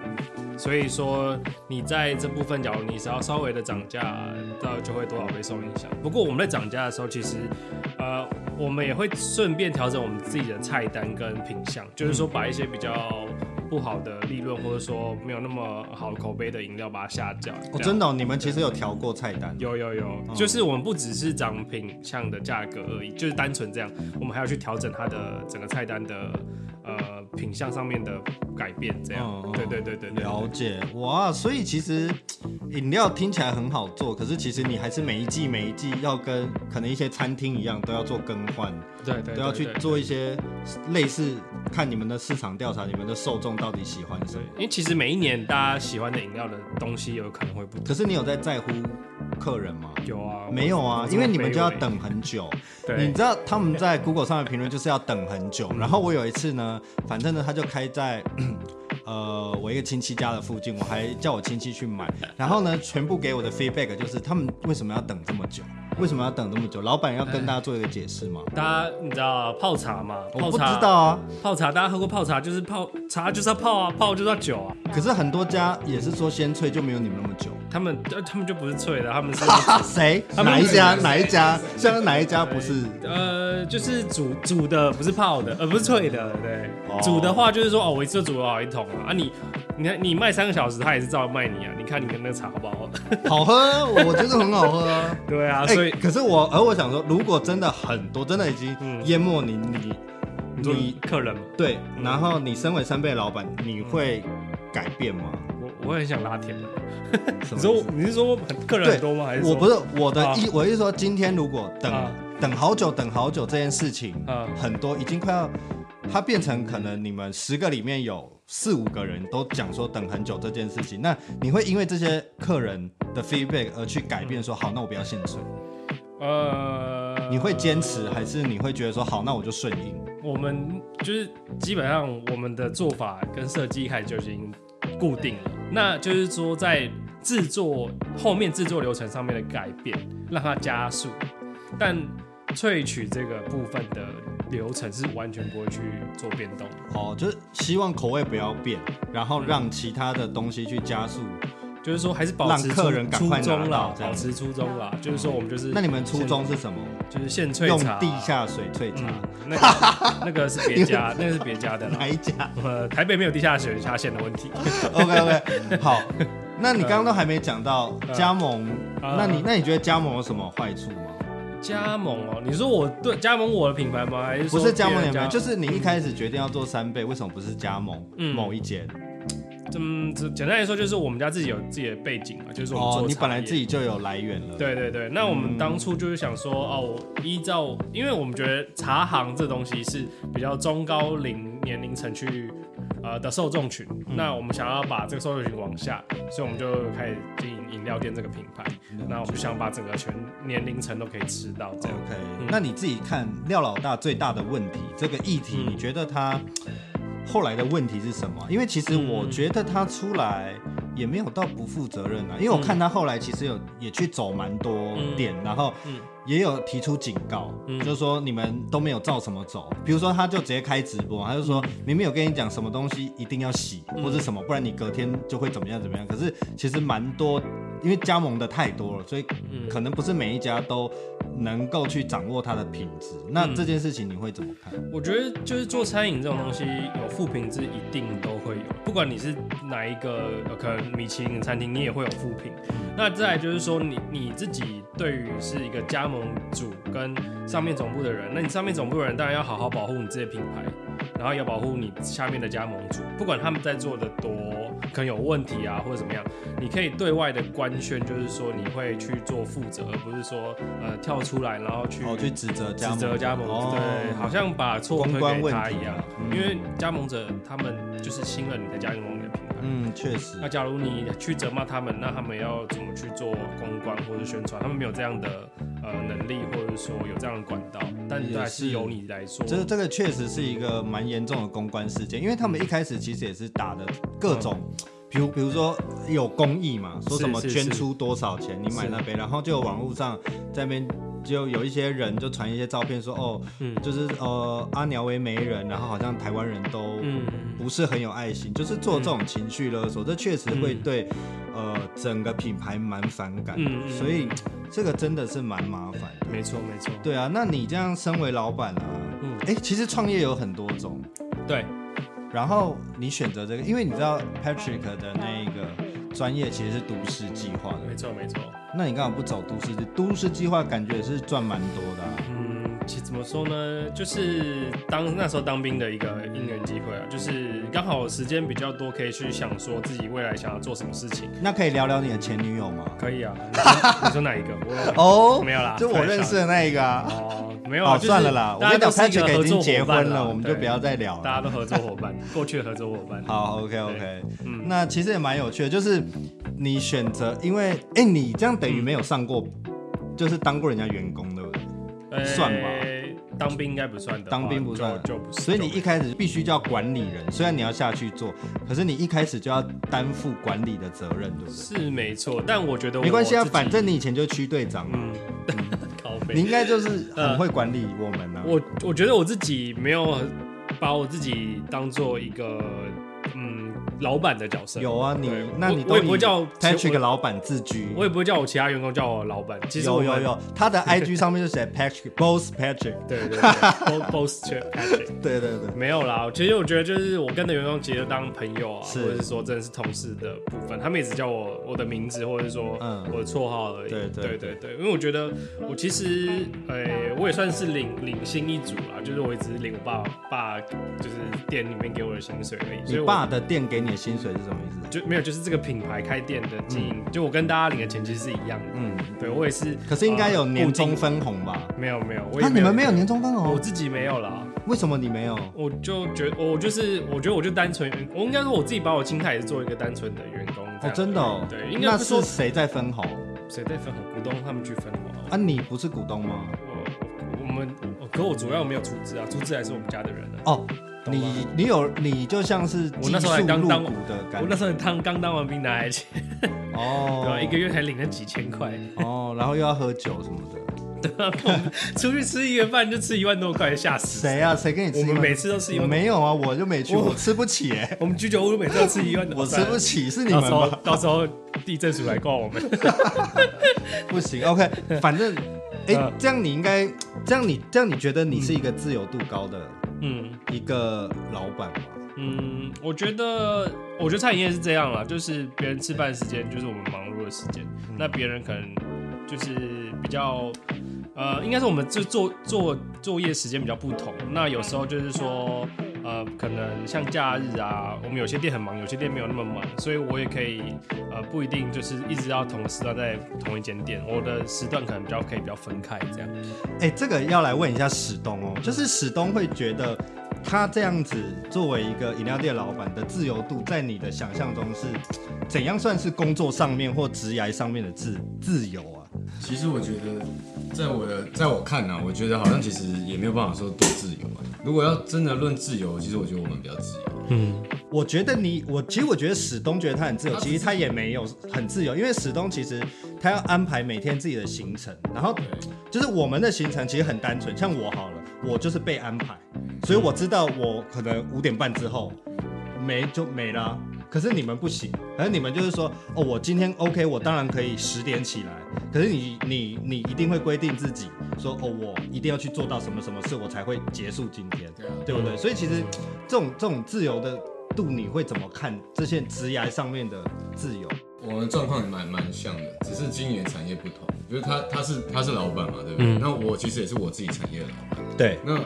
Speaker 2: 所以说，你在这部分，假如你只要稍微的涨价，到就会多少被受影响。不过我们在涨价的时候，其实，呃，我们也会顺便调整我们自己的菜单跟品相，就是说把一些比较不不好的利润，或者说没有那么好的口碑的饮料把它下架。
Speaker 1: 哦，
Speaker 2: 这样
Speaker 1: 真的哦、你们其实有调过菜单，
Speaker 2: 有有有，
Speaker 1: 哦
Speaker 2: 就是我们不只是涨品项的价格而已，就是单纯这样，我们还要去调整它的整个菜单的呃品项上面的改变，这样。
Speaker 1: 嗯嗯
Speaker 2: 对对对对对，
Speaker 1: 了解哇，所以其实嘖饮料听起来很好做，可是其实你还是每一季每一季要跟可能一些餐厅一样，都要做更换，
Speaker 2: 对对
Speaker 1: 都要去。做一些类似看你们的市场调查，你们的受众到底喜欢什
Speaker 2: 对
Speaker 1: 么。，
Speaker 2: 因为其实每一年大家喜欢的饮料的东西有可能会不同。
Speaker 1: 可是你有在在乎客人吗？
Speaker 2: 有啊，
Speaker 1: 没有啊
Speaker 2: 我，
Speaker 1: 因为你们就要。
Speaker 2: 欸
Speaker 1: 等很久。
Speaker 2: 我这么卑微
Speaker 1: 你知道他们在 Google 上的评论就是要等很久。
Speaker 2: 嗯
Speaker 1: 然后我有一次呢，反正呢他就开在 <clears throat> 呃我一个亲戚家的附近，我还叫我亲戚去买。然后呢，全部给我的 feedback 就是他们为什么要等这么久？为什么要等这么久？老板要跟大家做一个解释吗？
Speaker 2: 对，大家你知道泡茶嘛？
Speaker 1: 我
Speaker 2: 泡
Speaker 1: 不知
Speaker 2: 茶
Speaker 1: 道，啊。
Speaker 2: 泡茶大家喝过泡茶，就是泡茶就是要泡啊，泡就是要酒啊。
Speaker 1: 可是很多家也是说先萃就没有你们那么
Speaker 2: <laughs>
Speaker 1: 久。
Speaker 2: 他们呃他们就不是脆的，他们是
Speaker 1: 哈谁？
Speaker 2: 他们
Speaker 1: 哪一
Speaker 2: <laughs>
Speaker 1: 家？
Speaker 3: 是
Speaker 1: 哪一家？现在哪一家不是？
Speaker 2: 呃，就是煮煮的，不是泡的，呃，不是脆的，对。
Speaker 1: 哦
Speaker 2: 煮的话就是说，哦，我一次就煮了好一桶啊，啊你，你看你卖三个小时，他也是照样卖你啊，你看你的那个茶好不好？
Speaker 1: 好喝，我觉得很好喝啊。
Speaker 2: <laughs> 对啊，
Speaker 1: 哎，
Speaker 2: 所以
Speaker 1: 可是我，而我想说，如果真的很多，真的已经
Speaker 2: 嗯
Speaker 1: 淹没你，你
Speaker 2: 你做
Speaker 1: 你
Speaker 2: 客人嘛，
Speaker 1: 对，
Speaker 2: 嗯
Speaker 1: 然后你身为三倍老板，你会改变吗？
Speaker 2: 我我很想拉甜的。
Speaker 1: 什
Speaker 2: 你
Speaker 1: 么
Speaker 2: 说
Speaker 1: 意
Speaker 2: 我
Speaker 1: 思？
Speaker 2: 你是说很客人
Speaker 1: 对
Speaker 2: 很多吗？还是
Speaker 1: 我不
Speaker 2: 是
Speaker 1: 是我的
Speaker 2: 啊
Speaker 1: 意，我是说，今天如果等
Speaker 2: 啊
Speaker 1: 等好久，等好久这件事情
Speaker 2: 啊，
Speaker 1: 很多已经快要，它变成可能你们十个里面有四五个人都讲说等很久这件事情，那你会因为这些客人的 feedback 而去改变说，好，那我不要现水，
Speaker 2: 呃，
Speaker 1: 你会坚持，还是你会觉得说，好，那我就顺应？
Speaker 2: 我们就是基本上我们的做法跟设计一开始就已经固定了，那就是说在制作后面制作流程上面的改变，让它加速，但萃取这个部分的流程是完全不会去做变动的，
Speaker 1: 哦，就是希望口味不要变，然后让其他的东西去加速。
Speaker 2: 就是说还是保持
Speaker 1: 让
Speaker 2: 初
Speaker 1: 客人赶
Speaker 2: 初
Speaker 1: 快拿到
Speaker 2: 衷啦，
Speaker 1: 这样
Speaker 2: 保持初衷啦，就是说我们就是
Speaker 1: 那你们初衷是什么？
Speaker 2: 就是现萃
Speaker 1: 用
Speaker 2: 茶，
Speaker 1: 地下水萃茶，
Speaker 2: 嗯，那
Speaker 1: <laughs>
Speaker 2: 个那个是别家，那个是别家的
Speaker 1: 哪
Speaker 2: 啦，
Speaker 1: 一家
Speaker 2: 呃，台北没有地下水下线的问题。
Speaker 1: ？OK
Speaker 2: <laughs>
Speaker 1: OK，好。那你刚刚都还没讲到
Speaker 2: 嗯
Speaker 1: 加盟，
Speaker 2: 呃
Speaker 1: 那你那你觉得加盟有什么坏处吗？
Speaker 2: 加盟哦，你说我对加盟我的品牌吗？还是
Speaker 1: 不
Speaker 2: 说
Speaker 1: 是加盟
Speaker 2: 别
Speaker 1: 有
Speaker 2: 人
Speaker 1: 没有？
Speaker 2: 加
Speaker 1: 就是你一开始决定要做三倍，为什么不是加盟
Speaker 2: 嗯
Speaker 1: 某一间？
Speaker 2: 嗯，这简单来说就是我们家自己有自己的背景嘛，就是我们做、
Speaker 1: 哦，你本来自。己嗯就有来源了。，
Speaker 2: 对对对，那我们当初就是想说，哦，我依照，因为我们觉得茶行这东西是比较中高龄年龄层去，呃的受众群，
Speaker 1: 嗯
Speaker 2: 那我们想要把这个受众群往下，所以我们就开始经营饮料店这个品牌，那我们就想把整个全年龄层都可以吃到这样。
Speaker 1: OK，、
Speaker 2: 嗯
Speaker 1: 那你自己看廖老大最大的问题，这个议题，
Speaker 2: 嗯
Speaker 1: 你觉得他后来的问题是什么？因为其实我觉得他出来也没有到不负责任啊，因为我看他后来其实有也去走蛮多店，然后
Speaker 2: 嗯嗯
Speaker 1: 也有提出警告，
Speaker 2: 嗯
Speaker 1: 就是说你们都没有照什么走。比如说，他就直接开直播，他就说明明有跟你讲什么东西一定要洗
Speaker 2: 嗯
Speaker 1: 或者什么，不然你隔天就会怎么样怎么样。可是其实蛮多，因为加盟的太多了，所以
Speaker 2: 嗯
Speaker 1: 可能不是每一家都能够去掌握它的品质。那
Speaker 2: 嗯
Speaker 1: 这件事情你会怎么看？
Speaker 2: 我觉得就是做餐饮这种东西，有负评是一定都会有，不管你是哪一个呃可能米其林餐厅，你也会有负评。那再来就是说你，你自己对于是一个加盟主跟上面总部的人，那你上面总部的人当然要好好保护你自己的品牌，然后也要保护你下面的加盟主，不管他们在做的多可能有问题啊或者怎么样，你可以对外的官宣，就是说你会去做负责，而不是说呃跳出来然后去
Speaker 1: 哦，去指责加盟，
Speaker 2: 指责加盟，
Speaker 1: 哦
Speaker 2: 对，好像把错推
Speaker 1: 公关
Speaker 2: 给
Speaker 1: 问
Speaker 2: 他
Speaker 1: 题
Speaker 2: 一样
Speaker 1: 啊，嗯
Speaker 2: 因为加盟者他们就是信任你的加盟你的品牌。
Speaker 1: 嗯，确实
Speaker 2: 那。假如你去责骂他们，那他们要怎么去做公关或者宣传？他们没有这样的呃能力，或者说有这样的管道，但
Speaker 1: 也
Speaker 2: 对还是
Speaker 1: 是
Speaker 2: 由你来说。
Speaker 1: 这这个确实是一个蛮严重的公关事件，因为他们一开始其实也是打的各种，比如比如说有公益嘛，说什么
Speaker 2: 是是
Speaker 1: 捐出多少钱你买那杯，然后就有网络上在那边就有一些人就传一些照片说哦，
Speaker 2: 嗯
Speaker 1: 就是呃阿鸟为媒人，然后好像台湾人都
Speaker 2: 嗯，
Speaker 1: 不是很有爱心，就是做这种情绪勒索，这确实会对、呃整个品牌蛮反感的，
Speaker 2: 嗯嗯
Speaker 1: 所以这个真的是蛮麻烦的。
Speaker 2: 没错没错，
Speaker 1: 对啊，那你这样身为老板啊，
Speaker 2: 嗯
Speaker 1: 哎、其实创业有很多种，
Speaker 2: 对
Speaker 1: 然后你选择这个，因为你知道 Patrick 的那一个专业其实是都市计划的，
Speaker 2: 没错没错。
Speaker 1: 那你干嘛不走都市计？都市计划感觉也是赚蛮多的、啊。
Speaker 2: 嗯，其实怎么说呢，就是当那时候当兵的一个因缘机会啊，就是刚好时间比较多，可以去想说自己未来想要做什么事情。
Speaker 1: 那可以聊聊你的前女友吗？
Speaker 2: 可
Speaker 1: <laughs>
Speaker 2: 以啊，你说你说哪一个？我
Speaker 1: 哦
Speaker 2: 没有啊啦，
Speaker 1: 就我认识的那一个啊。
Speaker 2: 哦，没有啊，
Speaker 1: 好，
Speaker 2: 就是
Speaker 1: 算了啦，我
Speaker 2: 大
Speaker 1: 跟
Speaker 2: 家
Speaker 1: 你讲
Speaker 2: 都是
Speaker 1: ，Patrick
Speaker 2: 一个合
Speaker 1: 已
Speaker 2: 作
Speaker 1: 经
Speaker 2: 伙
Speaker 1: 结
Speaker 2: 伴
Speaker 1: 婚
Speaker 2: 啦
Speaker 1: 了，我们就不要再聊了。
Speaker 2: 大家都合作
Speaker 1: <laughs>
Speaker 2: 伙伴，过去的合作伙伴。
Speaker 1: 好，OK OK，
Speaker 2: 对嗯，
Speaker 1: 那其实也蛮有趣的，就是你选择，因为哎、你这样等
Speaker 2: 嗯
Speaker 1: 于没有上过，就是当过人家员工，对不对？
Speaker 2: 呃
Speaker 1: 算吧，
Speaker 2: 当兵应该不算的话，
Speaker 1: 当兵不算
Speaker 2: 就就不是。
Speaker 1: 所以你
Speaker 2: 就不
Speaker 1: 一开始必须叫管理人，虽然你要下去做，可是你一开始就要担负管理的责任，对不对？
Speaker 2: 是没错，但我觉得我
Speaker 1: 没关系啊，
Speaker 2: 自己
Speaker 1: 反正你以前就是区队长嘛，
Speaker 2: 嗯，靠背
Speaker 1: 你应该就是很会管理我们啊。
Speaker 2: 嗯我我觉得我自己没有把我自己当做一个嗯老板的角色，
Speaker 1: 有啊，你
Speaker 2: 对
Speaker 1: 那
Speaker 2: 我
Speaker 1: 你
Speaker 2: 我
Speaker 1: 都
Speaker 2: 也不会叫其
Speaker 1: Patrick
Speaker 2: 我
Speaker 1: 老板自居。
Speaker 2: 我也不会叫我其他员工叫我老板，其实我
Speaker 1: 有
Speaker 2: 们
Speaker 1: 有有，他
Speaker 2: <laughs>
Speaker 1: 的 IG 上面就写 Patrick Boss Patrick。
Speaker 2: 对
Speaker 1: <laughs>
Speaker 2: 对对 both both check Patrick
Speaker 1: 对对对，
Speaker 2: 没有啦，其实我觉得就是我跟的员工其实就当朋友啊，
Speaker 1: 是
Speaker 2: 或者是说真的是同事的部分，他们也只叫我我的名字，或者是说
Speaker 1: 嗯
Speaker 2: 我的绰号而已。
Speaker 1: 对对
Speaker 2: 对对对，因为我觉得我其实，呃、我也算是领领薪一族啦，就是我也只是领我爸爸就是店里面给我的薪水而已。所
Speaker 1: 你
Speaker 2: 以我
Speaker 1: 爸的店给你的薪水是什么意思？
Speaker 2: 就没有，就是这个品牌开店的经营，就我跟大家领的钱其实是一样的。
Speaker 1: 嗯，
Speaker 2: 对我也是，
Speaker 1: 可是应该有
Speaker 2: 呃
Speaker 1: 年终
Speaker 2: 固定
Speaker 1: 分红吧？
Speaker 2: 没有没有，我也
Speaker 1: 啊，你们没有
Speaker 2: 领
Speaker 1: 年终分
Speaker 2: 我
Speaker 1: 红？
Speaker 2: 自己没有啦。
Speaker 1: 为什么你没有？
Speaker 2: 我就觉得，我就是，我觉得我就单纯，我应该说我自己把我心态也是做一个单纯的员工
Speaker 1: 哦，
Speaker 2: 这样。
Speaker 1: 真的哦。
Speaker 2: 对，应该
Speaker 1: 那
Speaker 2: 不说
Speaker 1: 是谁在分红？
Speaker 2: 谁在分红，股东他们去分红啊。
Speaker 1: 啊，你不是股东吗？
Speaker 2: 我我们，我可我主要没有出资啊，出资还是我们家的人啊。
Speaker 1: 哦，
Speaker 2: 懂吗
Speaker 1: 你你有你就像是
Speaker 2: 我
Speaker 1: 技
Speaker 2: 那时
Speaker 1: 术
Speaker 2: 候还刚
Speaker 1: 入
Speaker 2: 当
Speaker 1: 股的感觉
Speaker 2: 我那时候当刚当完兵哪来钱？对啊
Speaker 1: 哦
Speaker 2: 吧？，一个月才领了几千块，
Speaker 1: 哦，然后又要喝酒什么的。
Speaker 2: 出去吃一个饭就吃一万多块，吓死！
Speaker 1: 谁啊？谁跟你吃
Speaker 2: 我
Speaker 1: 一碗？
Speaker 2: 们每次都是一
Speaker 1: 我
Speaker 2: 万多，
Speaker 1: 没有啊，我就没去，
Speaker 2: 我
Speaker 1: 我吃不起
Speaker 2: <laughs>
Speaker 1: 哎，
Speaker 2: 我们居酒屋每次都吃一万多，
Speaker 1: <laughs> 我吃不起，是你
Speaker 2: 到
Speaker 1: 们
Speaker 2: 时
Speaker 1: 吧
Speaker 2: 候？到时候地震署来告我们。 <laughs>
Speaker 1: 不行，OK，反正，哎、
Speaker 2: 嗯
Speaker 1: 这样你应该，这样你这样你觉得你是一个自由度高的
Speaker 2: 嗯。
Speaker 1: 一个老板吗？
Speaker 2: 嗯，我觉得，我觉得餐饮业是这样啦，就是别人吃饭时间就是我们忙碌的时间，
Speaker 1: 嗯
Speaker 2: 那别人可能就是比较，呃，应该是我们就做做作业时间比较不同。那有时候就是说，呃，可能像假日啊，我们有些店很忙，有些店没有那么忙，所以我也可以，呃，不一定就是一直要同个时段在同一间店，我的时段可能比较可以比较分开这样。
Speaker 1: 哎、这个要来问一下史东哦，就是史东会觉得他这样子作为一个饮料店老板的自由度，在你的想象中是怎样算是工作上面或职涯上面的自自由啊？
Speaker 3: 其实我觉得，在我的在我看呢、啊我觉得好像其实也没有办法说多自由、啊。如果要真的论自由，其实我觉得我们比较自由。
Speaker 2: 嗯，
Speaker 1: 我觉得你，我其实我觉得史东觉得他很自由，
Speaker 3: 他
Speaker 1: 其实他也没有很自由，因为史东其实他要安排每天自己的行程，然后就是我们的行程其实很单纯，像我好了，我就是被安排，所以我知道我可能五点半之后没就没了啊、可是你们不行，可是你们就是说，哦，我今天 OK，我当然可以十点起来，可是你你你一定会规定自己说，哦，我一定要去做到什么什么事，我才会结束今天，
Speaker 3: 对啊
Speaker 1: 对不对？所以其实这种这种自由的度，你会怎么看这些职涯上面的自由？
Speaker 3: 我们的状况也蛮蛮像的，只是经营的产业不同。就是他他是他是老板嘛，对不对？
Speaker 2: 嗯
Speaker 3: 那我其实也是我自己产业的老板。
Speaker 1: 对，
Speaker 3: 那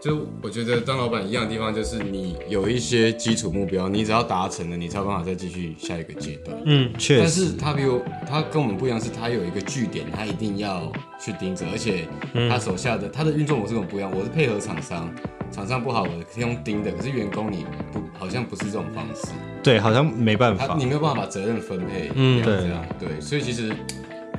Speaker 3: 就我觉得当老板一样的地方，就是你有一些基础目标，你只要达成了，你才有办法再继续下一个阶段。
Speaker 2: 嗯，
Speaker 1: 确
Speaker 3: 但，是他比我，他跟我们不一样，是他有一个据点，他一定要去盯着，而且他手下的、他的运作模式跟我不一样，我是配合厂商，厂商不好我可以用盯的，可是员工你不好像不是这种方式，
Speaker 1: 对，好像没办
Speaker 3: 他你没有办法把责任分配，
Speaker 2: 嗯
Speaker 3: 这样子啊，对，所以其实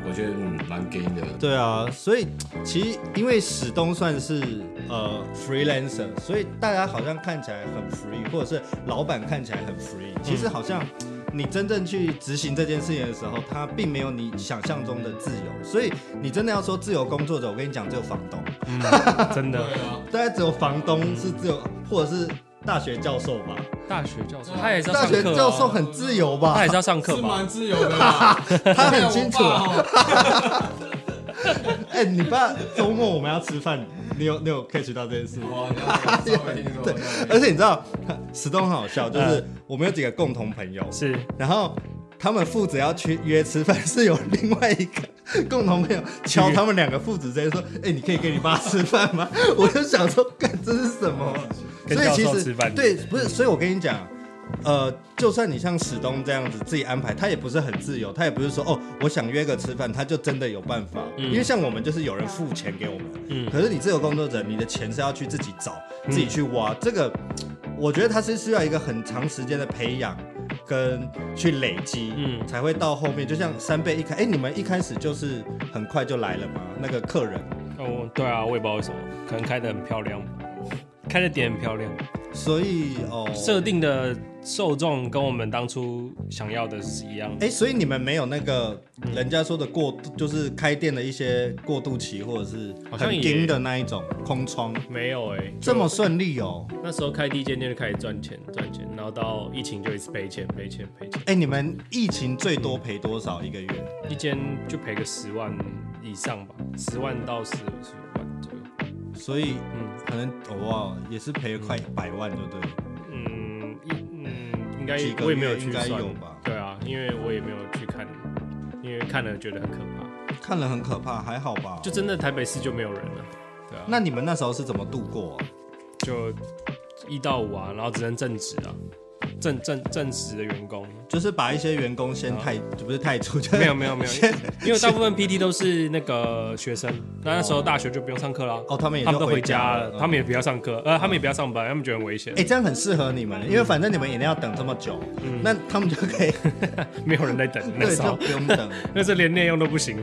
Speaker 3: 我觉得嗯蛮 gay 的，
Speaker 1: 对啊，所以其实因为史东算是呃 freelancer，所以大家好像看起来很 free，或者是老板看起来很 free，其
Speaker 2: 嗯
Speaker 1: 实好像你真正去执行这件事情的时候，他并没有你想象中的自由。所以你真的要说自由工作者，我跟你讲，只有房东，
Speaker 2: 真的。
Speaker 3: 啊，
Speaker 1: 大概只有房东是自由，或者是大学教授吧。
Speaker 2: 大学教授，他也是要
Speaker 1: 大
Speaker 2: 上课、
Speaker 1: 学
Speaker 2: 哦，
Speaker 1: 教授很自由吧
Speaker 2: 他也？是要上课吧？
Speaker 3: 自由的啦，
Speaker 1: 他很清楚啊。
Speaker 3: 我爸哦
Speaker 1: 啊哎、你爸周末我们要吃饭，你有你有 catch 到这件事吗？
Speaker 3: 我
Speaker 1: <laughs>
Speaker 3: 稍微听说嗯过，
Speaker 1: 而且你知道，石东很好笑，就是我们有几个共同朋友，
Speaker 2: 是
Speaker 1: 然后他们父子要去约吃饭， <laughs> 是有另外一个共同朋友敲他们两个父子之间说：“哎、你可以跟你爸吃饭吗？” <laughs> 我就想说，干这是什么？
Speaker 2: 跟
Speaker 1: 所以
Speaker 2: 教
Speaker 1: 其
Speaker 2: 授吃
Speaker 1: 实
Speaker 2: 饭
Speaker 1: 对，不是，所以我跟你讲。呃，就算你像史东这样子自己安排，他也不是很自由，他也不是说哦，我想约个吃饭，他就真的有办法。因为像我们就是有人付钱给我们，
Speaker 2: 嗯
Speaker 1: 可是你自由工作者，你的钱是要去自己找、自己去挖。这个我觉得它是需要一个很长时间的培养跟去累积，
Speaker 2: 嗯
Speaker 1: 才会到后面。就像三倍一开，哎、你们一开始就是很快就来了嘛？那个客人，
Speaker 2: 哦，对啊，我也不知道为什么，可能开的很漂亮，开的点很漂亮，
Speaker 1: 所以哦，
Speaker 2: 设定的受众跟我们当初想要的是一样的。
Speaker 1: 哎、所以你们没有那个
Speaker 2: 嗯
Speaker 1: 人家说的过，度，就是开店的一些过渡期，或者是
Speaker 2: 好像
Speaker 1: 很
Speaker 2: 也
Speaker 1: 盯的那一种空窗，
Speaker 2: 没有哎、
Speaker 1: 这么顺利哦。
Speaker 2: 那时候开第一间店就开始赚钱赚钱，然后到疫情就一直赔钱赔钱赔钱，
Speaker 1: 哎、你们疫情最多赔多少一个月？
Speaker 2: 一间就赔个十万以上吧，十万到十十五万左右。
Speaker 1: 所以
Speaker 2: 嗯
Speaker 1: 可能我忘了，也是赔了快百万，就对了。
Speaker 2: 嗯，一嗯，应该
Speaker 1: 几个月
Speaker 2: 我也没有去
Speaker 1: 应该
Speaker 2: 算
Speaker 1: 有吧
Speaker 2: 对啊，因为我也没有去看，因为看了觉得很可怕，
Speaker 1: 看了很可怕，还好吧？
Speaker 2: 就真的台北市就没有人了。对啊，
Speaker 1: 那你们那时候是怎么度过、啊？
Speaker 2: 就一到五啊，然后只能正职啊，正正正职的员工。
Speaker 1: 就是把一些员工先太，不是太出，就是
Speaker 2: 嗯没有没有没有，因为大部分 PT 都是那个学生，那那时候大学就不用上课了，
Speaker 1: 哦，他们也
Speaker 2: 他们都
Speaker 1: 回
Speaker 2: 回家了，
Speaker 1: 嗯
Speaker 2: 他们也不要上课，呃，他们也不要上班，他们觉得很危险
Speaker 1: 哎、，这样很适合你们，因为反正你们也要等这么久，那他们就可以，
Speaker 2: 没有人在等嗯 <laughs> 那
Speaker 1: 对，
Speaker 2: 时
Speaker 1: 就
Speaker 2: 候
Speaker 1: 不，用等。
Speaker 2: 那是连内用都不行。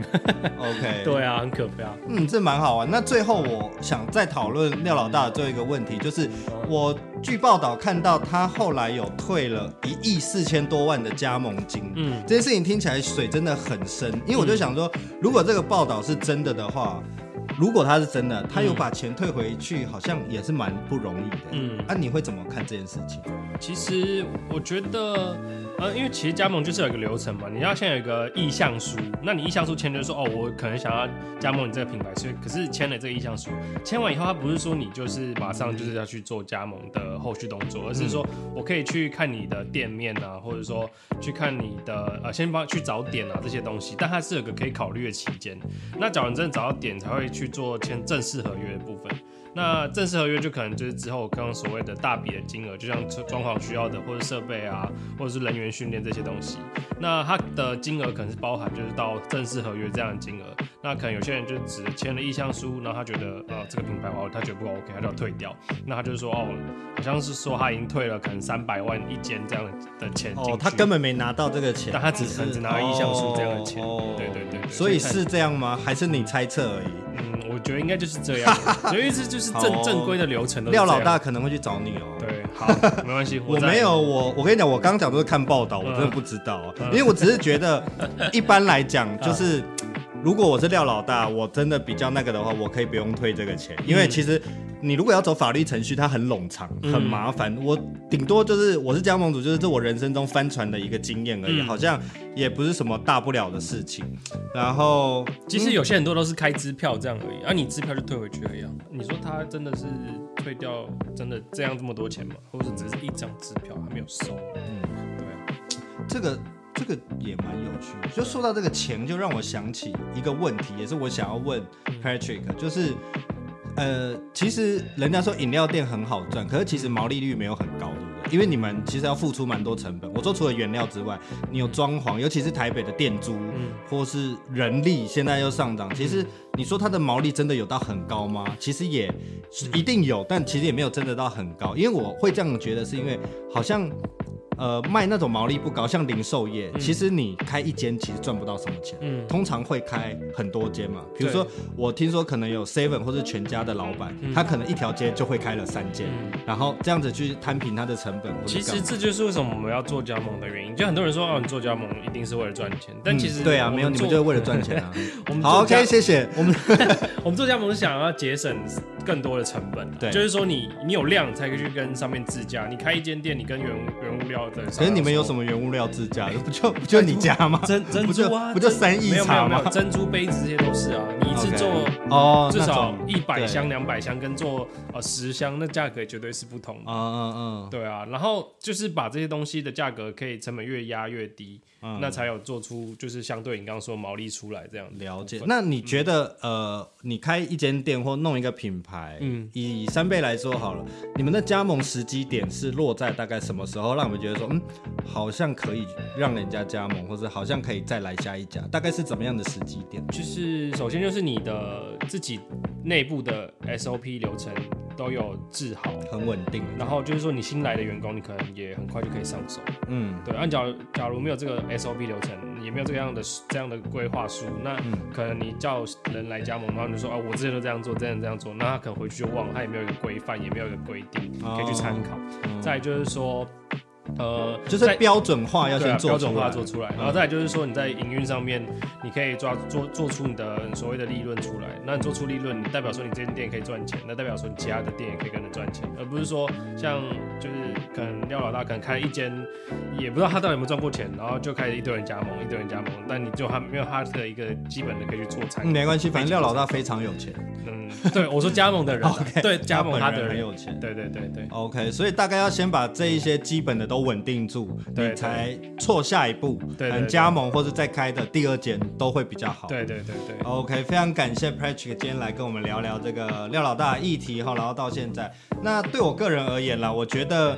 Speaker 1: OK，，
Speaker 2: <laughs> 对啊，很可怕。
Speaker 1: 嗯，这蛮好玩。那最后我想再讨论廖老大的最后一个问题，就是我据报道看到他后来有退了一亿四千多万的加盟金，嗯
Speaker 2: 嗯，
Speaker 1: 这件事情听起来水真的很深，因为我就想说，如果这个报道是真的的话。如果他是真的，他有把钱退回去，好像也是蛮不容易的。嗯
Speaker 2: 嗯，
Speaker 1: 那、你会怎么看这件事情？
Speaker 2: 其实我觉得，呃，因为其实加盟就是有一个流程嘛，你要先有一个意向书，那你意向书签就是说，哦，我可能想要加盟你这个品牌，所以可是签了这个意向书，签完以后，他不是说你就是马上就是要去做加盟的后续动作，而是说我可以去看你的店面啊，或者说去看你的呃，先帮去找点啊这些东西，但它是有个可以考虑的期间。那假如你真的找到点，才会去做签正式合约的部分。那正式合约就可能就是之后刚刚所谓的大笔的金额，就像装潢需要的，或者设备啊，或者是人员训练这些东西。那它的金额可能是包含就是到正式合约这样的金额。那可能有些人就只签了意向书，然后他觉得呃这个品牌我他觉得不 OK，他就要退掉。那他就说哦，好像是说他已经退了可能三百万一间这样的钱进去。
Speaker 1: 哦，他根本没拿到这个钱，
Speaker 2: 但他只
Speaker 1: 是哦
Speaker 2: 只拿意向书这样的钱对对对对
Speaker 1: 所以
Speaker 2: 所以
Speaker 1: 是这样吗？还是你猜测而已？
Speaker 2: 嗯，我觉得应该就是这
Speaker 1: <laughs>
Speaker 2: 样，因为这就是
Speaker 1: 好哦
Speaker 2: 正正规的流程都是
Speaker 1: 廖
Speaker 2: 这
Speaker 1: 老
Speaker 2: 样
Speaker 1: 大可能会去找你哦。
Speaker 2: 对，好，没关系，
Speaker 1: <laughs> 我
Speaker 2: 在嗯
Speaker 1: 没有，嗯我我跟你讲，我刚讲都是看报道，我真的不知道啊，因为我只是觉得，一般来讲
Speaker 2: 嗯
Speaker 1: 就是。如果我是廖老大，我真的比较那个的话，我可以不用退这个钱，
Speaker 2: 嗯
Speaker 1: 因为其实你如果要走法律程序，它很冗长，很麻烦。我顶多就是我是加盟主，就是这我人生中翻船的一个经验而已，
Speaker 2: 嗯
Speaker 1: 好像也不是什么大不了的事情。然后
Speaker 2: 其实有些很多都是开支票这样而已，啊，你支票就退回去而已啊。你说他真的是退掉，真的这样这么多钱吗？或者只是一张支票还没有收？嗯，对啊，
Speaker 1: 这个这个也蛮有趣的，就说到这个钱，就让我想起一个问题，也是我想要问 Patrick，就是呃，其实人家说饮料店很好赚，可是其实毛利率没有很高，对不对？因为你们其实要付出蛮多成本。我说除了原料之外，你有装潢，尤其是台北的店租，
Speaker 2: 嗯
Speaker 1: 或是人力，现在又上涨。其实你说它的毛利真的有到很高吗？其实也一定有，但其实也没有真的到很高。因为我会这样觉得，是因为好像。呃，卖那种毛利不高，像零售业，其实你开一间其实赚不到什么钱，
Speaker 2: 嗯
Speaker 1: 通常会开很多间嘛。比如说
Speaker 2: 对
Speaker 1: 我听说可能有 Seven 或是全家的老板，他可能一条街就会开了三间，
Speaker 2: 嗯
Speaker 1: 然后这样子去摊平他的成本。或者
Speaker 2: 其实
Speaker 1: 干嘛
Speaker 2: 这就是为什么我们要做加盟的原因。就很多人说，哦，你做加盟一定是为了赚钱，但其实、
Speaker 1: 嗯对啊，没有你们就是为了赚
Speaker 2: 钱。
Speaker 1: 钱啊。
Speaker 2: <laughs> 我们做
Speaker 1: 好，OK，
Speaker 2: 加
Speaker 1: 谢谢。我们
Speaker 2: 我们做加盟是想要节省更多的成本、啊，
Speaker 1: 对
Speaker 2: 就是说你你有量才可以去跟上面自驾。你开一间店，你跟原物原物料的，
Speaker 1: 可是你们有什？么原物料自家的？不就不就你家吗？
Speaker 2: 哎珍珍珠啊，
Speaker 1: 不就不就
Speaker 2: 珍
Speaker 1: 三亿
Speaker 2: 没有没
Speaker 1: 茶
Speaker 2: 有没有
Speaker 1: 吗？
Speaker 2: 珍珠杯子这些都是啊，你一次做
Speaker 1: OK 哦，
Speaker 2: 至
Speaker 1: 那
Speaker 2: 少
Speaker 1: 种
Speaker 2: 一百
Speaker 1: 对
Speaker 2: 箱、两百箱，跟做呃十箱，那价格绝对是不同的。
Speaker 1: 嗯嗯嗯，
Speaker 2: 对啊，然后就是把这些东西的价格可以成本越压越低，
Speaker 1: 嗯
Speaker 2: 那才有做出就是相对你刚刚说的毛利出来这样子。
Speaker 1: 了解
Speaker 2: 部。分
Speaker 1: 那你觉得、呃，你开一间店或弄一个品牌，
Speaker 2: 嗯
Speaker 1: 以三倍来说好了，你们的加盟时机点是落在大概什么时候，让你们觉得说，嗯，好像可以让人家加盟，或者好像可以再来下一家，大概是怎么样的时机点？
Speaker 2: 就是首先就是你的自己内部的 SOP 流程都有治好，
Speaker 1: 很稳定的，
Speaker 2: 然后就是说你新来的员工，你可能也很快就可以上手。
Speaker 1: 嗯，
Speaker 2: 对，按啊假如假如没有这个 SOP 流程，也没有这样的这样的规划书，那
Speaker 1: 嗯
Speaker 2: 可能你叫人来加盟，然后你就说啊，我之前都这样做，之前这样做，那他可能回去就忘了，他也没有一个规范，也没有一个规定
Speaker 1: 哦
Speaker 2: 可以去参考。再来就是说，呃，
Speaker 1: 就是
Speaker 2: 在
Speaker 1: 标准化要
Speaker 2: 对啊
Speaker 1: 先做
Speaker 2: 标
Speaker 1: 出来，嗯
Speaker 2: 准化做出来，然后再来就是说你在营运上面，你可以抓做做出你的所谓的利润出来。那你做出利润，你代表说你这间店可以赚钱，那代表说你其他的店也可以跟着赚钱，而不是说像就是可能廖老大可能开了一间，也不知道他到底有没有赚过钱，然后就开始一堆人加盟，一堆人加盟，但你就还没有他的一个基本的可以去做参
Speaker 1: 嗯，
Speaker 2: 考。
Speaker 1: 没关系，反正廖老大非常有钱，
Speaker 2: 嗯，对，我说加盟的人啊
Speaker 1: <laughs> OK，
Speaker 2: 对加盟他
Speaker 1: 本
Speaker 2: 的
Speaker 1: 人很
Speaker 2: 人，
Speaker 1: 有钱。
Speaker 2: 对对对对。
Speaker 1: OK，所以大概要先把这一些基本的都稳定住，
Speaker 2: 对
Speaker 1: 你才错下一步，
Speaker 2: 对对
Speaker 1: 可能加盟或是再开的第二间都会比较好。
Speaker 2: 对对对对，
Speaker 1: OK，非常感谢 Patrick 今天来跟我们聊聊这个廖老大的议题哈，然后到现在，那对我个人而言啦，我觉得，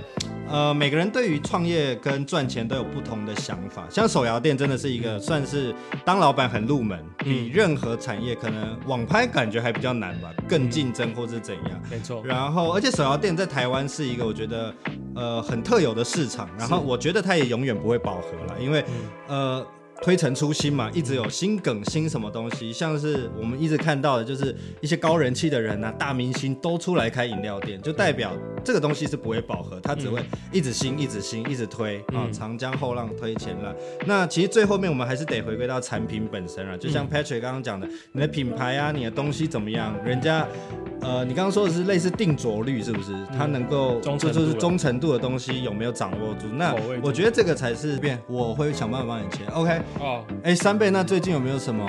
Speaker 1: 呃，每个人对于创业跟赚钱都有不同的想法，像手摇店真的是一个算是当老板很入门，比任何产业可能网拍感觉还比较难吧，更竞争或是怎样。
Speaker 2: 没错。
Speaker 1: 然后，而且手摇店在台湾是一个我觉得呃很特有的市场，然后我觉得它也永远不会饱和了，因为、
Speaker 2: 嗯
Speaker 1: 呃。推陈出新嘛，一直有新梗、新什么东西，像是我们一直看到的，就是一些高人气的人啊、大明星都出来开饮料店，就代表这个东西是不会饱和，它只会一直新、一直新、一直推啊、
Speaker 2: 嗯
Speaker 1: 长江后浪推前浪。那其实最后面我们还是得回归到产品本身啊
Speaker 2: 嗯
Speaker 1: 了，就像 Patrick 刚刚讲的，你的品牌啊，你的东西怎么样，人家呃，你刚刚说的是类似定着率，是不是？它能够
Speaker 2: 嗯忠
Speaker 1: 这
Speaker 2: 诚度
Speaker 1: 就是
Speaker 2: 了
Speaker 1: 忠诚度的东西有没有掌握住？那
Speaker 2: 口味
Speaker 1: 我觉得这个才是变，我会想办法帮你切。OK，
Speaker 2: 哦，
Speaker 1: 哎，三倍，那最近有没有什么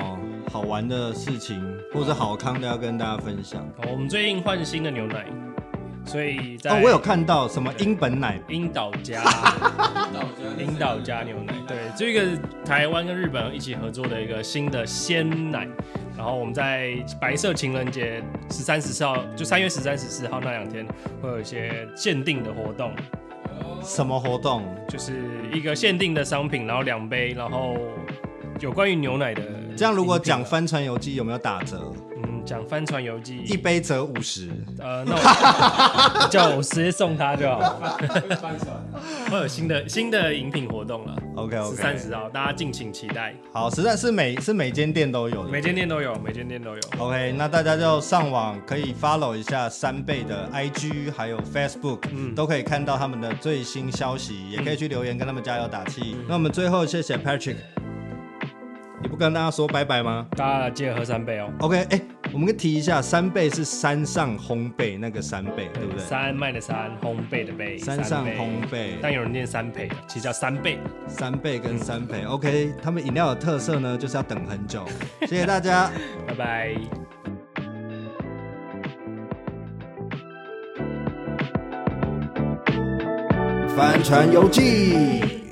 Speaker 1: 好玩的事情或者好康的要跟大家分享？
Speaker 2: 好，我们最近换新的牛奶，所以在
Speaker 1: 哦，我有看到什么英本奶
Speaker 2: 樱岛
Speaker 1: <laughs>
Speaker 2: 家
Speaker 3: 领
Speaker 2: 樱岛家牛奶，对，这个台湾跟日本一起合作的一个新的鲜奶，然后我们在白色情人节十三十四号，就三月十三十四号那两天会有一些限定的活动，
Speaker 1: 什么活动？
Speaker 2: 就是一个限定的商品，然后两杯，然后有关于牛奶的饮品啊。
Speaker 1: 这样如果讲帆船游记有没有打折？
Speaker 2: 嗯讲帆船游记
Speaker 1: 一杯折五十。
Speaker 2: 呃，那我叫我 <laughs> 直接送他就好了。会有新的新的饮品活动了，
Speaker 1: OK
Speaker 2: 十三
Speaker 1: OK，
Speaker 2: 十号，大家敬请期待。
Speaker 1: 好，实在是每是每间店都有的。
Speaker 2: 每间店都有，每间店都有。
Speaker 1: OK，那大家就上网可以 follow 一下三倍的 IG，还有 Facebook，、都
Speaker 2: 嗯
Speaker 1: 可以看到他们的最新消息，也可以去留言跟他们加油打气。
Speaker 2: 嗯
Speaker 1: 那我们最后谢谢 Patrick，你不跟大家说拜拜吗
Speaker 2: 大家记得喝三杯哦。
Speaker 1: ？OK，哎、我们可以提一下，三倍是山上烘焙那个三倍，对不对？
Speaker 2: 嗯三麦的三，烘焙的焙，
Speaker 1: 山上
Speaker 2: 三倍
Speaker 1: 烘焙
Speaker 2: 但有人念三倍，其实叫三倍。
Speaker 1: 三倍
Speaker 2: 嗯
Speaker 1: 跟三倍、o k 他们饮料的特色呢，就是要等很久。谢谢
Speaker 4: <laughs>
Speaker 1: 大家。
Speaker 2: 拜拜。
Speaker 4: 帆船游记。